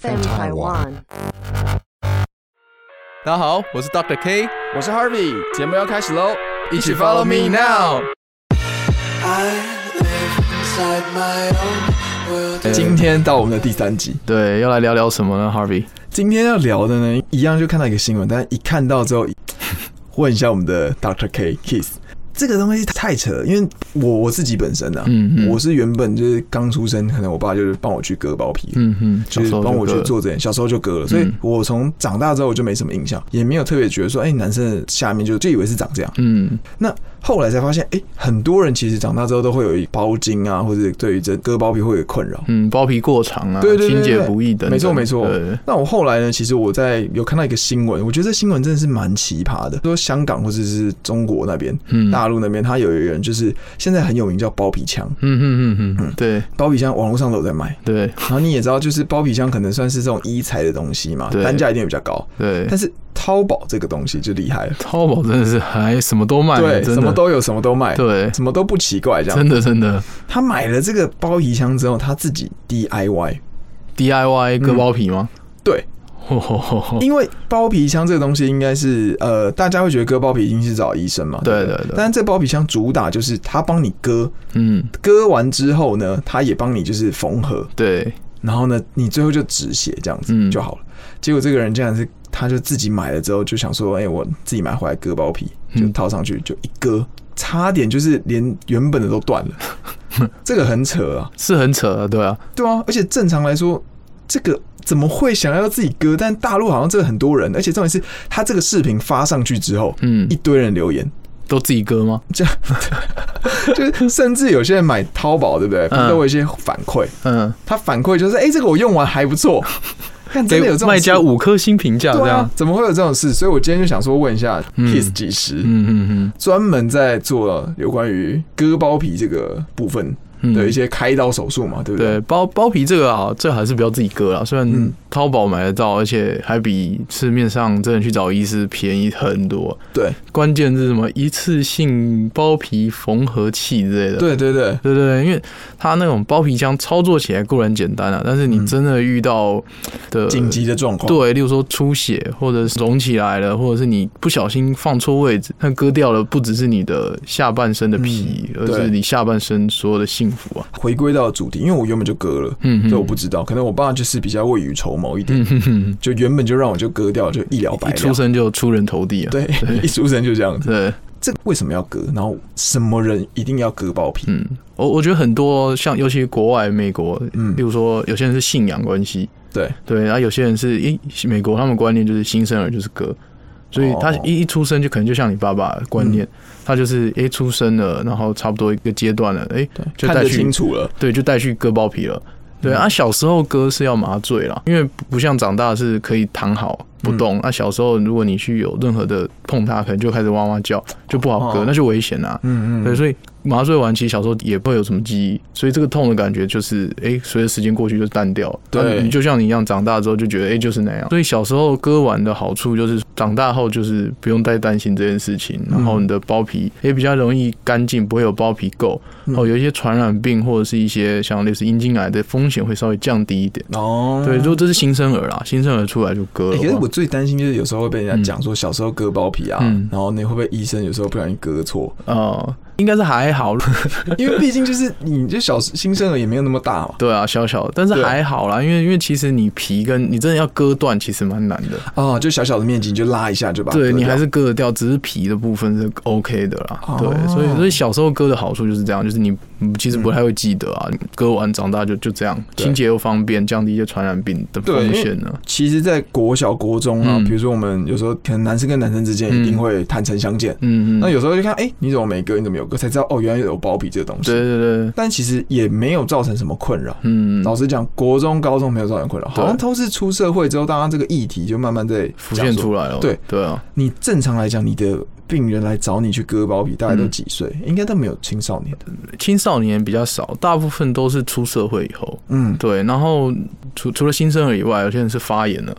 FM Taiwan。大家好，我是 Dr. K，我是 Harvey，节目要开始喽，一起 follow me now。 I live inside my own world. 今天到我们的第三集，对，要来聊聊什么呢，Harvey？今天要聊的呢，一样就看到一个新闻，但一看到之后， 问一下我们的 Dr. K Kiss，这个东西太扯了，因为我我自己本身啊，嗯嗯我是原本就是刚出生，可能我爸就是帮我去割包皮，嗯哼，就是帮我去做这件，小时候就割了，所嗯以我从长大之后我就没什么印象，也没有特别觉得说，哎、男生的下面就就以为是长这样，嗯，那后来才发现，哎、很多人其实长大之后都会有一包茎啊，或者对于这割包皮会有困扰。嗯，包皮过长啊，对对对清对洁对不易等等，没错没错对。那我后来呢，其实我在有看到一个新闻，我觉得这新闻真的是蛮奇葩的，说香港或者是中国那边、嗯大陆那边，他有一个人就是现在很有名叫包皮枪，嗯嗯嗯嗯，对包皮枪网络上都有在 卖。对然后你也知道，就是包皮枪可能算是这种医材的东西嘛，对单价一定比较高。对但，是淘宝这个东西就厉害了，淘宝真的是还什么都卖，啊对，真的什么都有，什么都卖，，对，什么都不奇怪。这样，真的真的他买了这个包皮枪之后，他自己 DIY。 DIY 割嗯包皮吗？ 对，吼吼吼吼因为包皮枪这个东西应该是呃，大家会觉得割包皮一定是找医生嘛，对不对对但是这包皮枪主打就是他帮你割，嗯，割完之后呢，他也帮你就是缝合，对，然后呢，你最后就止血这样子嗯就好了。结果这个人竟然是他就自己买了之后就想说，哎、我自己买回来割包皮，就嗯套上去就一割，差点就是连原本的都断了， 这个很扯啊。是很扯啊，对啊，对啊，而且正常来说，这个怎么会想要自己割？但大陆好像这个很多人，而且重点是他这个视频发上去之后，嗯一，堆人留言，都自己割吗？这样就是甚至有些人买淘宝，对不对？嗯都有一些反馈，嗯，他反馈就是，哎、这个我用完还不错，看真的有这种卖事家。五颗星评价这对样啊，，怎么会有这种事？所以我今天就想说问一下嗯 Kiss 技师，嗯嗯专门在做有关于割包皮这个部分嗯，的一些开刀手术嘛，对不对？对包包皮这个啊，最好还是不要自己割啦。虽然嗯淘宝买得到，而且还比市面上真的去找医师便宜很多。对关键是什么？一次性包皮缝合器之类的。对对对，对对对，因为它那种包皮枪操作起来固然简单啊，但是你嗯真的遇到的紧急的状况。对，例如说出血，或者是肿起来了，或者是你不小心放错位置，那割掉了不只是你的下半身的皮，嗯而是对你下半身所有的幸福啊。回归到主题，因为我原本就割了，嗯所以我不知道，可能我爸就是比较未雨绸缪一点，嗯，就原本就让我就割掉，就一了百一出了。生就出人头地啊。对， 一出生就这样子。对，这为什么要割？然后什么人一定要割包皮？嗯，我我觉得很多像，尤其国外美国，啊嗯例如说有些人是信仰关系，对，对，啊然后有些人是一美国他们观念就是新生儿就是割，所以他哦嗯一一出生就可能就像你爸爸的观念，他就是诶出生了，然后差不多一个阶段了，诶就看带得去清楚了。对，就带去割包皮了。对、啊，小时候割是要麻醉啦，因为不像长大是可以躺好不动。那、小时候如果你去有任何的碰它，可能就开始哇哇叫，就不好割，哦那就危险啦、啊嗯对，嗯，所以麻醉完其实小时候也不会有什么记忆，所以这个痛的感觉就是，哎、随着时间过去就淡掉了。啊对那你就像你一样，长大之后就觉得，哎、就是那样。所以小时候割完的好处就是，长大后就是不用再担心这件事情，嗯然后你的包皮也比较容易干净，不会有包皮垢，嗯然后有一些传染病或者是一些像类似阴茎癌的风险会稍微降低一点。哦，对，如果这是新生儿啦，新生儿出来就割欸了嘛。可是我最担心就是有时候会被人家讲说小时候割包皮啊，嗯然后你会不会医生有时候不小心割错？呃，应该是还好，因为毕竟就是你就小新生儿也没有那么大嘛。对啊，小小的，但是对还好啦，因为因为其实你皮跟你真的要割断，其实蛮难的。啊，就小小的面积你就拉一下就把它割哦对掉。你还是割得掉，只是皮的部分是 OK 的啦。哦对，所以所以小时候割的好处就是这样，就是你嗯其实不太会记得啊，割完长大就就这样，嗯对清洁又方便，降低一些传染病的对风险啊呢。其实，在国小、国中啊，嗯比如说我们有时候可能男生跟男生之间一定会坦诚相见，嗯嗯，那有时候就看，哎、你怎么没割？你怎么有割？才知道哦，原来有包皮这个东西。对对对，但其实也没有造成什么困扰。嗯，老实讲，国中、高中没有造成困扰，对好像都是出社会之后，大家这个议题就慢慢在浮现出来。来了。对对啊，你正常来讲，你的病人来找你去割包皮，大概都嗯哦几岁？应该都没有青少年的。青少年比较少，大部分都是出社会以后。嗯，对，然后除除了新生儿以外，有些人是发炎了。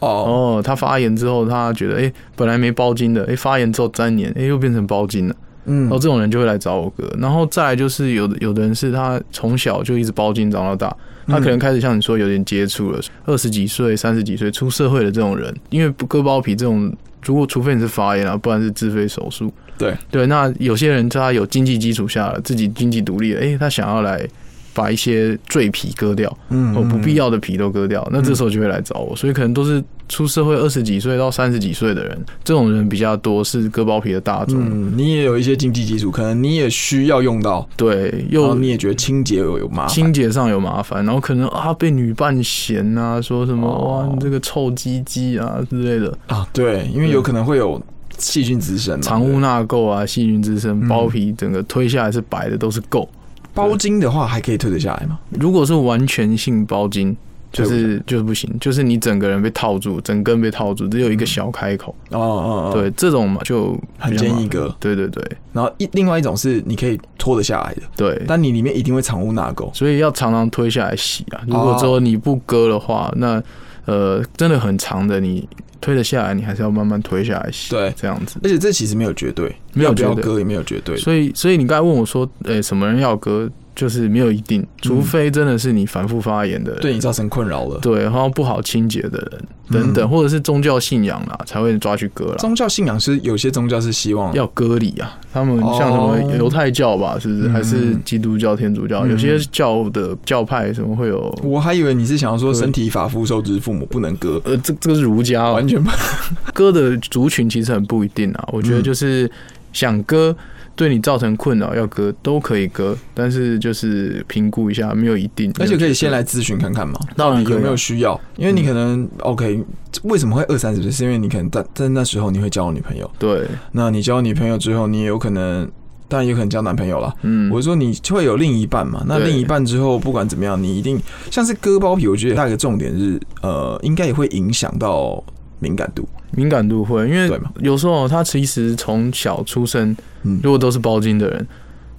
哦，哦，他发炎之后，他觉得哎、诶本来没包茎的，哎、发炎之后粘黏，哎、又变成包茎了。嗯然后这种人就会来找我哥。然后再来就是有的有的人是他从小就一直包茎长到大，嗯他可能开始像你说有点接触了，二十几岁、三十几岁出社会的这种人，因为不割包皮这种，如果除非你是发炎啊，不然是自费手术。对对，那有些人他有经济基础下了，自己经济独立了，哎、他想要来。把一些赘皮割掉，嗯哦，不必要的皮都割掉，那这时候就会来找我，所以可能都是出社会二十几岁到三十几岁的人，这种人比较多，是割包皮的大众。嗯，你也有一些经济基础，可能你也需要用到，对，然后又你也觉得清洁有有麻烦。清洁上有麻烦，然后可能啊被女伴嫌啊，说什么、哦哇你这个臭鸡鸡啊之类的，啊，对，因为有可能会有细菌滋生嘛，藏污纳垢啊，细菌滋生，嗯包皮整个推下来是白的，都是垢。包茎的话还可以退得下来吗？如果是完全性包茎，就对是就是不行，就是你整个人被套住，整根被套住，只有一个小开口，哦嗯哦哦，，对这种嘛就比较很麻建烦议。割。对对对然后一另外一种是你可以脱得下来的，对，但你里面一定会藏污纳垢。所以要常常推下来洗啊。如果说你不割的哦话，那呃真的很长的，你推得下来，你还是要慢慢推下来洗。对这样子。而且这其实没有绝对，没有要不要绝对割也没有绝对的。所以，所以你刚才问我说，呃、什么人要割，就是没有一定，除非真的是你反复发炎的人，嗯对你造成困扰了。对，然后不好清洁的人等等，或者是宗教信仰啦，才会抓去割啦。嗯宗教信仰是有些宗教是希望要割礼啊，他们哦嗯像什么犹太教吧，是不是？还是基督教、天主教？有些教的教派什么会有？我还以为你是想要说身体发肤受之父母不能割，呃，这这个是儒家、哦，完全不歌的族群其实很不一定啊。我觉嗯得就是想歌对你造成困扰要歌都可以歌，但是就是评估一下，没有一定。而且可以先来咨询看看嘛，当然可以啊有没有需要？因为你可能、OK，为什么会二三十岁？是因为你可能在在那时候你会交女朋友，对，那你交女朋友之后，你也有可能，当然也有可能交男朋友啦。嗯，我是说你就会有另一半嘛，那对另一半之后不管怎么样，你一定像是割包皮，我觉得大概重点是呃，应该也会影响到敏感度。敏感度会，因为对嘛有时候他其实从小出生，嗯如果都是包茎的人，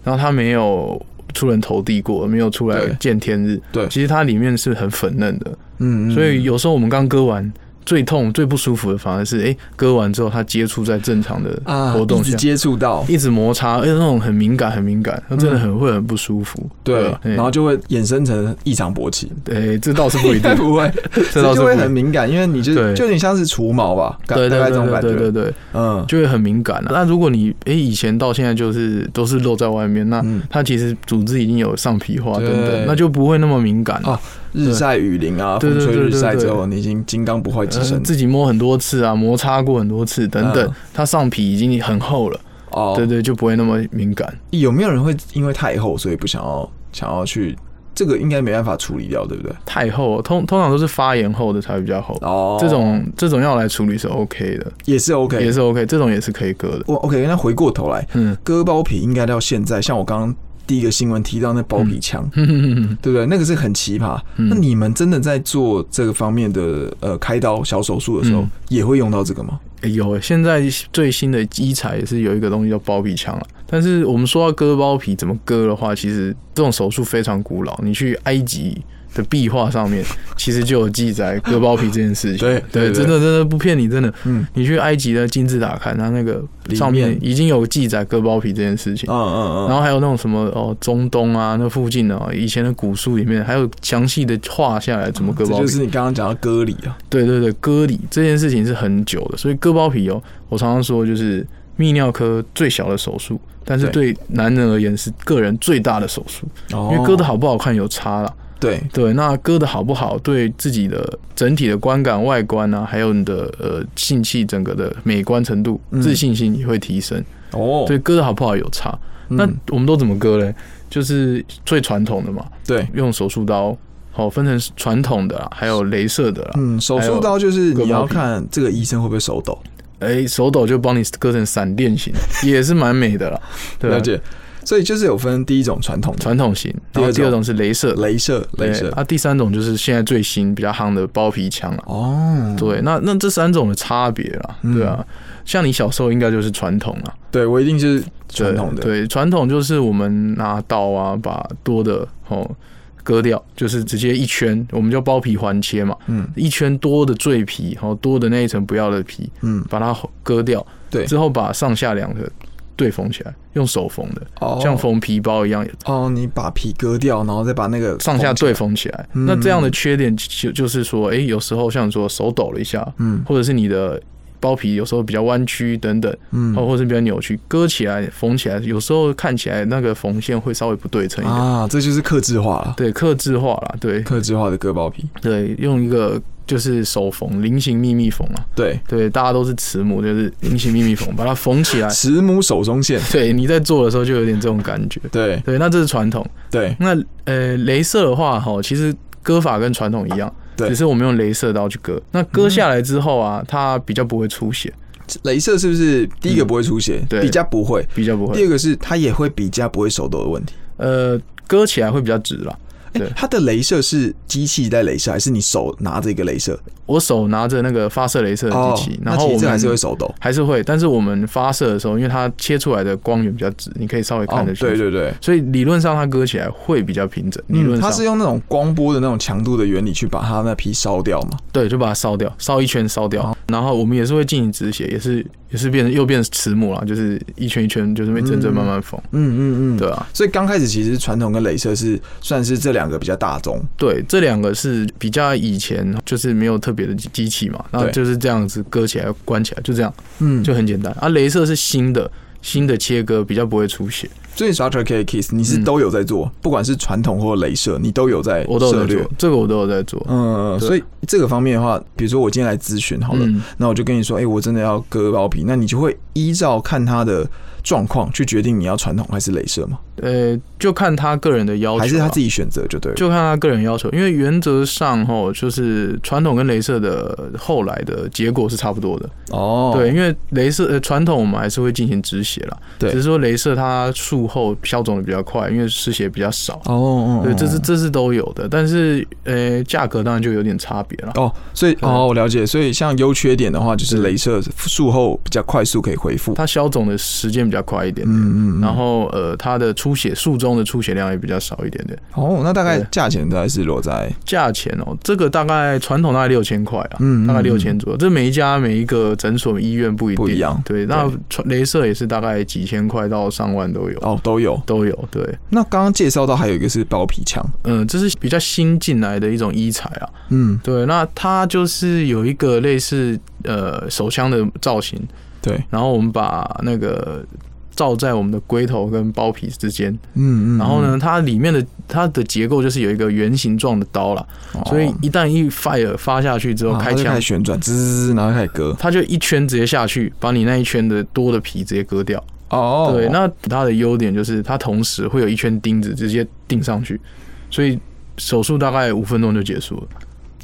然后他没有出人头地过，没有出来对见天日，对其实他里面是很粉嫩的，嗯，嗯所以有时候我们刚割完。最痛、最不舒服的反而是，哎、割完之后他接触在正常的啊，活动一下，直接触到一直摩擦，而哎且那种很敏感，很敏感，那真的很会很不舒服。嗯对，嗯然后就会衍生成异常勃 起。对，哎这倒是不 一定该，不会，这这倒是就不会一很定。敏感，因为你就对就有点像是除毛吧，大对大概对这种对感对对觉。对，嗯，就会很敏感、啊那如果你诶、以前到现在就是都是露在外面，那嗯它其实组织已经有上皮化等对等，那就不会那么敏感哦日晒雨淋啊，对风对吹对日对晒对之后，你已经金刚不坏之呃身自己摸很多次啊，摩擦过很多次等等嗯，它上皮已经很厚了，哦。对对，就不会那么敏感。有没有人会因为太厚，所以不想要想要去？这个应该没办法处理掉，对不对？太厚，通通常都是发炎后的才会比较厚，哦，这种这种要来处理是 OK 的，也是 OK，也是 OK，这种也是可以割的。我 OK。那回过头来，嗯，割包皮应该到现在，像我刚刚第一个新闻提到那包皮枪，对不对？那个是很奇葩。嗯那你们真的在做这个方面的呃开刀小手术的时候嗯，也会用到这个吗？ 欸有欸，现在最新的医材也是有一个东西叫包皮枪了。啊但是我们说到割包皮怎么割的话，其实这种手术非常古老。你去埃及的壁画上面， 其实就有记载割包皮这件事情。对对对对，真的真的不骗你，真的。嗯你去埃及的金字塔看，它那个里上面面已经有记载割包皮这件事情。嗯嗯然后还有那种什么哦，中东啊，那附近的、哦、以前的古书里面还有详细的画下来怎么割这包皮。就是你刚刚讲到割礼啊，对对对，割礼这件事情是很久的，所以割包皮哦，我常常说就是泌尿科最小的手术，但是对男人而言是个人最大的手术，因因为割的好不好看有差啦。哦对，对，那割的好不好，对自己的整体的观感、外观啊，还有你的呃性器整个的美观程度、嗯自信心也会提升。哦所以割的好不好有差。那嗯我们都怎么割嘞？就是最传统的嘛，对，用手术刀，哦，分成传统的啊啦，还有镭射的啦。啊嗯，手术刀就是你要看这个医生会不会手抖，哎、手抖就帮你割成闪电型，也是蛮美的啦。对啊了，解。所以就是有分第一种传统的传统型，然后第第二二种种是镭射，镭射，对镭射。啊，第三种就是现在最新比较夯的包皮枪了。哦，对，那那这三种的差别啦，嗯对啊，像你小时候应该就是传统啦，对我一定是对传统的，对，传统就是我们拿刀啊，把多的哦割掉，就是直接一圈，我们叫包皮环切嘛，嗯一圈多的赘皮，然后多的那一层不要的皮，嗯，把它割掉，对之后把上下两个对缝起来，用手缝的，哦，像缝皮包一样，哦，你把皮割掉，然后再把那个上下缝起来对，缝起来。嗯那这样的缺点就就是说，哎、有时候像你说手抖了一下，嗯或者是你的包皮有时候比较弯曲等等，嗯哦，或者是比较扭曲，割起来、缝起来，有时候看起来那个缝线会稍微不对称一点。啊，这就是克制化了，对，克制化啦，对克制化的割包皮，对，用一个就是手缝菱形秘密缝啊，对，对，大家都是慈母，就是菱形秘密缝，把它缝起来。慈母手中线， 对，你在做的时候就有点这种感觉。对对，那这是传统。对那呃，镭射的话，哈，其实割法跟传统一样，对嗯只是我们用镭射刀去割。那割下来之后啊，它比较不会出血，镭射是不是第一个不会出血，嗯对比较不会，比较不第会，二个是它也会比较不会手抖的问题。呃，割起来会比较直啦。哎、对它的镭射是机器在镭射，还是你手拿着一个镭射？我手拿着那个发射镭射的机器，然哦那后其我实们这还是会哦手抖。还是会，但是我们发射的时候，因为它切出来的光源比较直，你可以稍微看得清楚。哦对对对，所以理论上它割起来会比较平整，理嗯，论它上、是用那种光波的那种强度的原理去把它那皮烧掉嘛。对，就把它烧掉，烧一圈烧掉，哦然后我们也是会进行止血，也是也是变成又变成慈母了，就是一圈一圈，就是被真正慢慢缝，嗯嗯嗯，对。啊，所以刚开始其实传统跟镭射是算是这两个比较大宗，对，这两个是比较以前就是没有特别的机机器嘛，那对就是这样子割起来关起来，就这样，嗯就很简单。啊，镭射是新的。新的切割比较不会出血，所以 Shutter K Kiss 你是嗯都有在做，不管是传统或镭射，你都有在我都有涉在略做。，这个我都有在做。嗯，对所以这个方面的话，比如说我今天来咨询好了，嗯那我就跟你说，哎、我真的要割包皮，那你就会依照看他的状况去决定你要传统还是镭射嘛，呃，就看他个人的要求啊，还是他自己选择就对了。就看他个人要求，因为原则上吼，就是传统跟镭射的后来的结果是差不多的。哦，对，，因为镭射呃传统我们还是会进行止血啦，对只是说镭射它术后消肿的比较快，因为失血比较少。哦哦，对，这是这是都有的，但是呃价格当然就有点差别了。哦，所以哦，我了解，所以像优缺点的话，就是对镭射术后比较快速可以恢复。嗯它消肿的时间比较快一点点，嗯嗯，嗯然后呃它的出血术中的出血量也比较少一点点。哦，那大概对价钱大概是落在价钱哦，这个大概传统大概六千块啊，嗯嗯大概六千左右。这每一家每一个诊所医院不一定不一样对，那对传镭射也是大概几千块到上万都有，哦都有。都有。对，那刚刚介绍到还有一个是包皮枪，嗯，这是比较新进来的一种医材啊。嗯，对，那它就是有一个类似呃手枪的造型，对，然后我们把那个罩在我们的龟头跟包皮之间，嗯嗯，然后呢，它里面的它的结构就是有一个圆形状的刀啦，嗯，所以哦一旦一 fire 发下去之后然后开它就枪开始。旋转，滋滋滋，然后开始割。它就一圈直接下去，把你那一圈的多的皮直接割掉。哦，对，那它的优点就是它同时会有一圈钉子直接钉上去，所以手术大概五分钟就结束了。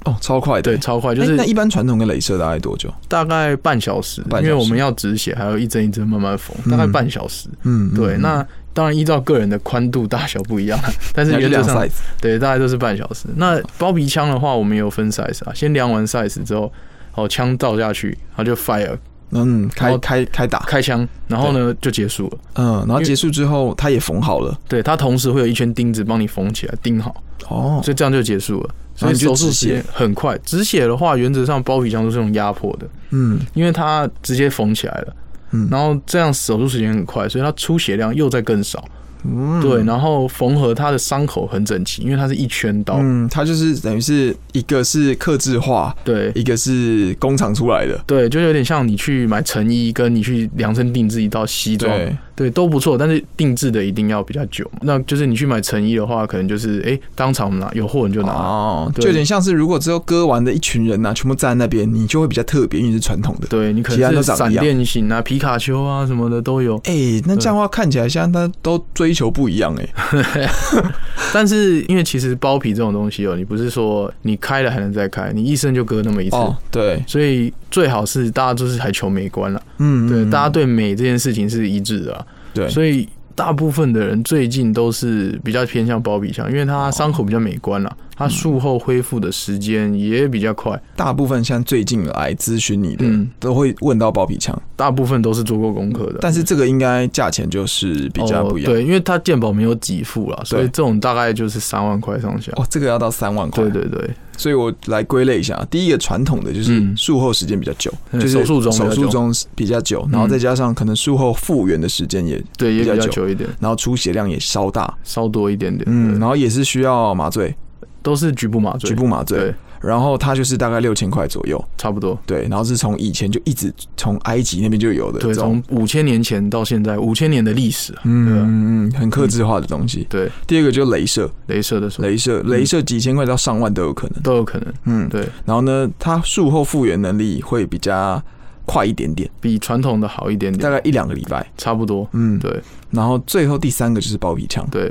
哦超快的对，。超快，就哎是那一般传统跟镭射大概多久？大概半小时，半小时因为我们要止血，还有一针一针慢慢缝，嗯大概半小时。嗯，对，嗯那当然依照个人的宽度大小不一样， 但是那就原则两上 size，对大概都是半小时。那包皮枪的话，我们有分 size 啊，先量完 size 之后，哦，枪照下去，然后就 fire 嗯，然开后开开打，开枪，然后呢就结束了。嗯，然后结束之后它也缝好了，对，它同时会有一圈钉子帮你缝起来，钉好，哦，所以这样就结束了。所然后以你就手术止时血间很快，止血的话，原则上包皮枪都是用压迫的，嗯因为它直接缝起来了。嗯然后这样手术时间很快，所以它出血量又在更少。嗯，对，然后缝合它的伤口很整齐，因为它是一圈刀。嗯，它就是等于是一个是克制化，对一个是工厂出来的，对，就有点像你去买成衣，跟你去量身定制一套西装。对，对，都不错，但是定制的一定要比较久嘛。那就是你去买成衣的话，可能就是哎、当场拿有货你就拿。哦，对就有点像是如果只有割完的一群人呐、全部站在那边，你就会比较特别，因为你是传统的。对你可其他能都是长闪一样电型啊、皮卡丘啊什么的都有，哎、那这样的话看起来像他都追求不一样哎、但是因为其实包皮这种东西哦，你不是说你开了还能再开，你一生就割那么一次，哦，对，所以最好是大家就是还求美观了。嗯，对，嗯大家对美这件事情是一致的、啊，对，所以大部分的人最近都是比较偏向包皮枪，因为哦它伤口比较美观啦，它术后恢复的时间也比较快。大部分像最近来咨询你的、嗯都会问到包皮枪，大部分都是做过功课的，嗯但是这个应该价钱就是比较不一样。哦。对，因为它健保没有给付啦，所以这种大概就是三万块上下。哦，这个要到三万块，对对对，所以我来归类一下，第一个传统的就是嗯术后时间比较久，嗯就是手术中比较手久术中比较久，然后嗯再加上可能术后复原的时间也，对也比较比较久久一点，然后出血量也稍大，稍多一点点。嗯，嗯，然后也是需要麻醉，都是局部麻醉，局部麻醉对，，然后它就是大概六千块左右，差不多。对，然后是从以前就一直从埃及那边就有的对，这种从，五千年前到现在，五千年的历史啊。对啊嗯嗯嗯嗯，很克制化的东西。对，第二个就镭射，镭射的时候镭射，镭射几千块到上万都有可能，都有可能。嗯，对然后呢，它术后复原能力会比较快一点点，比传统的好一点大点，概一两个礼拜，差不多。嗯，对然后最后第三个就是包皮枪，对，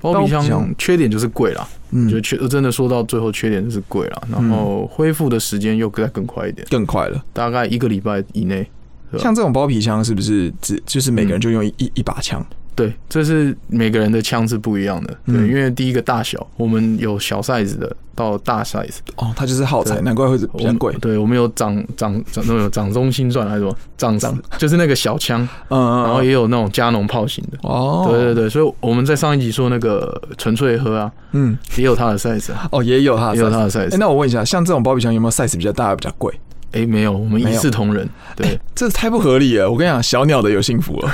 包皮包皮箱箱缺点就是贵啦，嗯我觉，得缺真的说到最后缺点就是贵啦，然后恢复的时间又再更快一点，更快了。大概一个礼拜以内。对啊像这种包皮枪是不是只就是每个人就用一、一一把枪？对，这是每个人的枪是不一样的，对，嗯因为第一个大小，我们有小 size 的到大 size，哦，它就是耗材，对难怪会比我较们贵。对，我们有掌掌掌那种掌中心算还是什么掌掌，就是那个小枪，嗯嗯，然后也有那种加农炮型的。哦，对对对，所以我们在上一集说那个纯粹喝啊，嗯，也有它的 size，啊哦也有它的 size，也有它的哎、 size。那我问一下，像这种包皮枪有没有 size 比较大、比较贵？哎，没有，我们没一有哎视同仁。对，这太不合理了！我跟你讲，小鸟的有幸福了，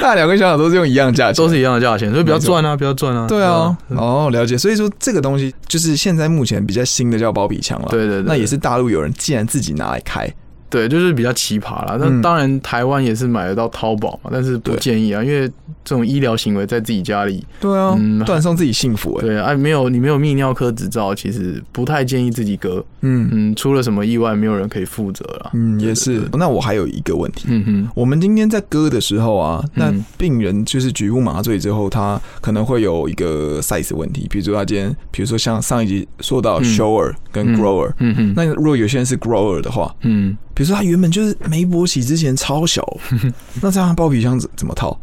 大鸟跟小鸟都是用一样价钱，都是一样的价钱，所以不要没错赚啊，不要赚啊。对啊。嗯哦，了解。所以说这个东西就是现在目前比较新的叫包皮枪了，对对对，啊那也是大陆有人竟然自己拿来开，对，就是比较奇葩啦。嗯那当然，台湾也是买得到淘宝嘛，但是不对建议啊，因为这种医疗行为在自己家里，对啊嗯，断送自己幸福哎，对啊，没有你没有泌尿科执照，其实不太建议自己割。嗯嗯，出了什么意外，没有人可以负责啦。嗯，也是。那我还有一个问题，嗯哼，我们今天在割的时候啊，那嗯病人就是局部麻醉之后，他可能会有一个 size 问题，比如说他今天，比如说像上一集说到嗯 shower 跟嗯 grower，、嗯哼，那如果有些人是 grower 的话，嗯，比如说他原本就是没勃起之前超 小，那这样包皮箱怎怎么套？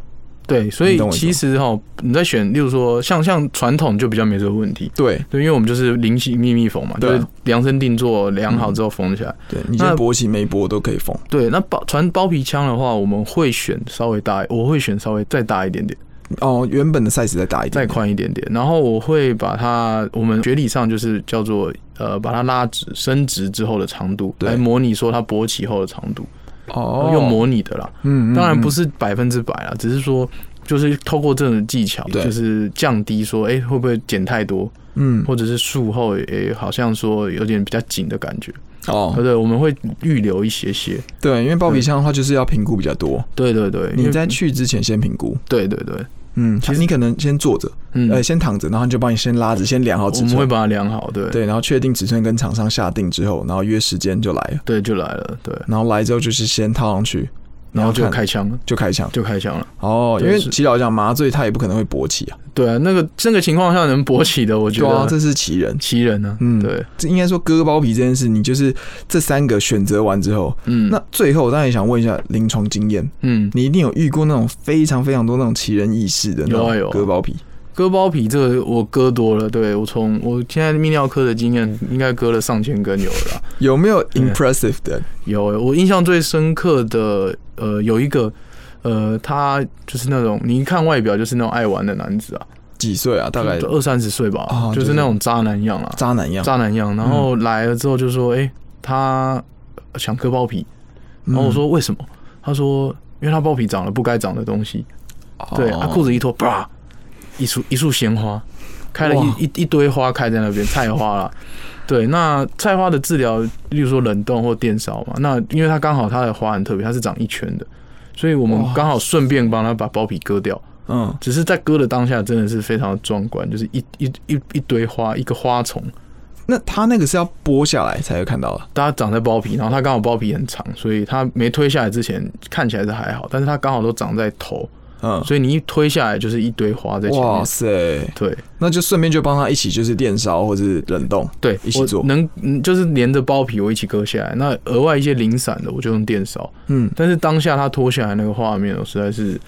对，所你以懂我意思其实哈，你在选，例如说像像传统就比较没这个问题。对对，因为我们就是零型密密缝嘛，对啊嗯就是量身定做，量好之后缝起来。对，你今天那勃起没勃都可以缝，对，那包传包皮枪的话，我们会选稍微大，我会选稍微再大一点点，哦，原本的 size 再大一点，再宽一点点。然后我会把它，我们学理上就是叫做呃，把它拉直、伸直之后的长度，对来模拟说它勃起后的长度，哦，用模拟的啦。嗯，嗯，当然不嗯是百分之百啦，只是说。就是透过这种技巧，对就是降低说，哎、会不会减太多，嗯或者是术后，哎、好像说有点比较紧的感觉。对哦，对，我们会预留一些些。对，因为包皮箱的话就是要评估比较多，对对对，因你为在去之前先评估，对对对，嗯，其实你可能先坐着，嗯，呃，先躺着，然后你就帮你先拉直，先量好我尺们会寸，把它量好，对对，然后确定尺寸跟厂商下定之后，然后约时间就来了，对就来了，对，然后来之后就是先套上去，然后就嗯看开枪了，就开枪。就开枪了。哦，因对为是祈祷讲麻醉，他也不可能会勃起啊。对啊，那个那个情况下能勃起的，我觉对啊，得这是奇人。奇人呢。嗯对，这应该说割包皮这件事，你就是这三个选择完之后，嗯，那最后我当然也想问一下临床经验，嗯，你一定有遇过那种非常非常多那种奇人异事的那有啊有种啊割包皮，割包皮这个我割多了，对我从我现在泌尿科的经验，应该割了上千根有了啦。有没有对 impressive 的？有欸，我印象最深刻的，呃，有一个。呃，他就是那种你一看外表就是那种爱玩的男子啊，几岁啊？大概就二三十岁吧，哦就是就是那种渣男样啊，渣男一样。嗯渣男样。然后来了之后就说，哎、他想割包皮，嗯然后我，说为什么？他说因为他包皮长了不该长的东西，哦对，啊他、裤子子一脱，啪，一束一束鲜花，开了哇一一一堆花开在那边，菜花啦。对，那菜花的治疗，例如说冷冻或电烧嘛，那因为它刚好它的花很特别，它是长一圈的，所以我们刚好顺便帮他把包皮割掉。嗯，只是在割的当下，真的是非常的壮观，就是一一一一堆花，一个花丛，那他那个是要剥下来才会看到的。大家长在包皮，然后它刚好包皮很长，所以它没推下来之前看起来是还好，但是它刚好都长在头，嗯，所以你一推下来就是一堆花在前哇面。塞，对那就顺便就帮他一起就是电烧或者冷冻。对，一起我做能嗯就是连着包皮我一起割下来，那额外一些零散的我就用电烧，嗯，但是当下它脱下来那个画面，哦我实在是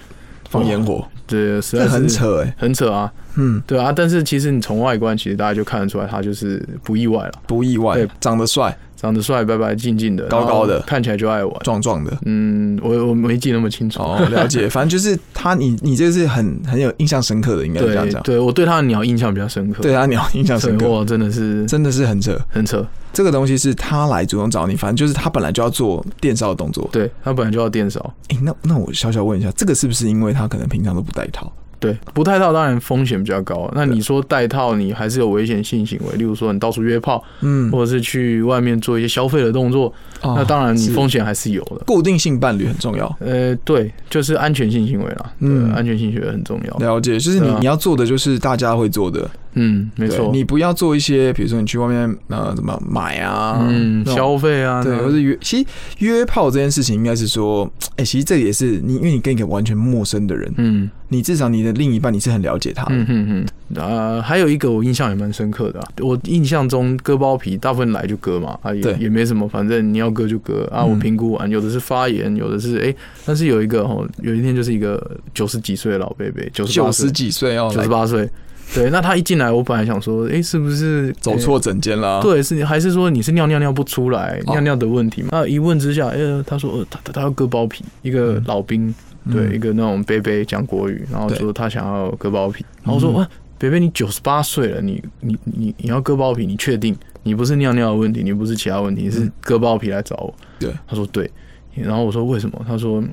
放烟，火，对，实在这是很，扯哎、欸。很扯啊，嗯，对啊，但是其实你从外观其实大家就看得出来，它就是不意外了，不意外对，长得帅，长得帅，白白净净的，高高的然后看起来就爱玩。壮壮 的。嗯，我我没记那么清楚。 哦，了解，反正就是他，你你这是很很有印象深刻的，应该是这样对讲。对，我对他的鸟印象比较深刻。对他鸟印象深对，刻，哇，真的是真的是很扯。很扯。这个东西是他来主动找你，反正就是他本来就要做电烧的动作。对他本来就要电烧，哎、那那我小小问一下，这个是不是因为他可能平常都不戴套？对，不戴套当然风险比较高。那你说戴套，你还是有危险性行为，例如说你到处约炮，嗯，或者是去外面做一些消费的动作，哦那当然你是风险还是有的。固定性伴侣很重要。呃，对，就是安全性行为啦，嗯嗯，安全性行为很重要。了解，就是你、对啊你要做的就是大家会做的，嗯，没对错，你不要做一些，比如说你去外面呃怎么买啊，嗯，那种消费啊，对，那或是约，其实约炮这件事情应该是说，哎、其实这也是你，因为你跟一个完全陌生的人，嗯你至少你的另一半你是很了解他的，嗯嗯嗯，呃，还有一个我印象也蛮深刻的啊、我印象中割包皮大部分来就割嘛，啊也对也没什么，反正你要割就割啊。我嗯评估完，有的是发炎，有的是哎、但是有一个哦，有一天就是一个九十几岁的老伯伯，九十九八十岁，几岁哦，九来十八岁，对，那他一进来，我本来想说，哎、是不是走错诊间了，对，是还是说你是尿尿尿不出来，啊哦尿尿的问题嘛？那一问之下，哎、他说、呃、他他他要割包皮，一个老兵，嗯对，一个那种伯伯讲国语，然后对嗯说他想要割包皮，然后我说哇，伯伯你九十八岁了，你你你你要割包皮，你确定你不是尿尿的问题，你不是其他问题，是割包皮来找我？嗯对，他说对，然后我说为什么？他说。嗯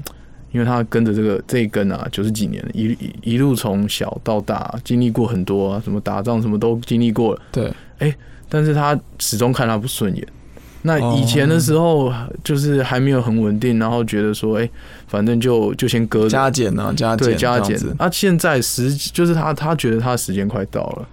因为他跟着这个这一根啊，九十几年一一一路从小到大经历过很多啊，什么打仗什么都经历过了，对，但是他始终看他不顺眼。那哦以前的时候，就是还没有很稳定，然后觉得说，哎、反正就就先搁着，加减啊，加减，对，加这减样子。啊，现在时就是他，他觉得他的时间快到了，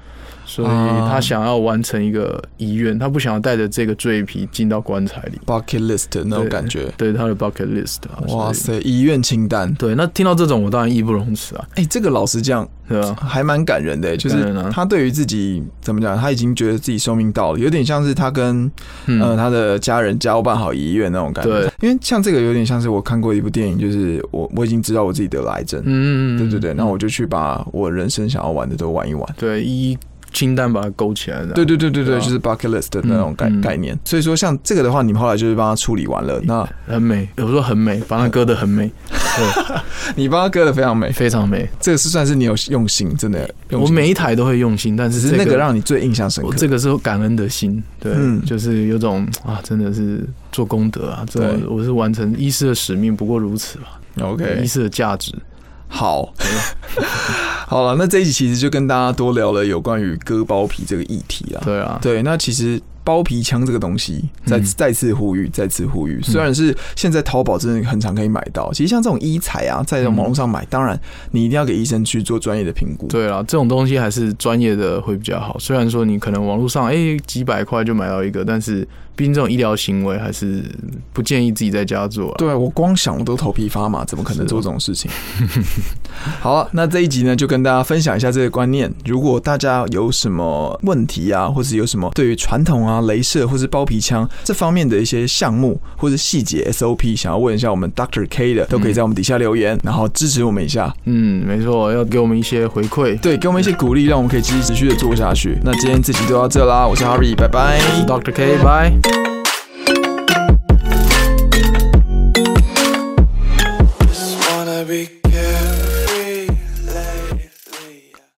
所以啊他想要完成一个遗愿，他不想要带着这个罪皮进到棺材里， bucket list 那种对感觉，对他的 bucket list 啊。哇哇塞！塞，遗愿清单，对，那听到这种，我当然义不容辞啊，哎、这个老实讲对吧、还蛮感人的、 就是感人啊他对于自己怎么讲，他已经觉得自己寿命到了，有点像是他跟嗯，呃，他的家人交办好遗愿那种感觉。对，因为像这个有点像是我看过一部电影，就是我我已经知道我自己得了癌症，嗯，嗯对对对，那嗯我就去把我人生想要玩的都玩一玩。对一一清单把它勾起来，对对对对对对，啊就是 bucket list 的那种概嗯嗯概念。所以说，像这个的话，你们后来就是帮他处理完了，那很美，我说很美，把它割得很美，你帮他割的非常美，非常美。这个是算是你有用心，真的用我心。每一台都会用心，但是只这是那个让你最印象深我刻。这个是感恩的心，对，嗯就是有种啊，真的是做功德啊，这对种我是完成医师的使命，不过如此吧， OK，医师的价值，好， 好了，那这一集其实就跟大家多聊了有关于割包皮这个议题啦。对啊，对，那其实包皮枪这个东西，再嗯再次呼吁，再次呼吁。虽然是现在淘宝真的很常可以买到，其实像这种医材啊，在网络上买，当然你一定要给医生去做专业的评估。，嗯对啊，这种东西还是专业的会比较好。虽然说你可能网络上哎、几百块就买到一个，但是毕竟这种医疗行为还是不建议自己在家做、啊。对我光想我都头皮发麻，怎么可能做这种事情？ 好啊，那这一集呢，就跟大家分享一下这个观念。如果大家有什么问题啊，或是有什么对于传统啊、镭射或是包皮枪这方面的一些项目或是细节 SOP，想要问一下我们 Doctor K 的，都可以在我们底下留言，然后支持我们一下。嗯，没错，要给我们一些回馈。对，给我们一些鼓励，让我们可以继续持续的做下去。那今天这集就到这啦，我是 Harry，拜拜。 Dr. K，拜。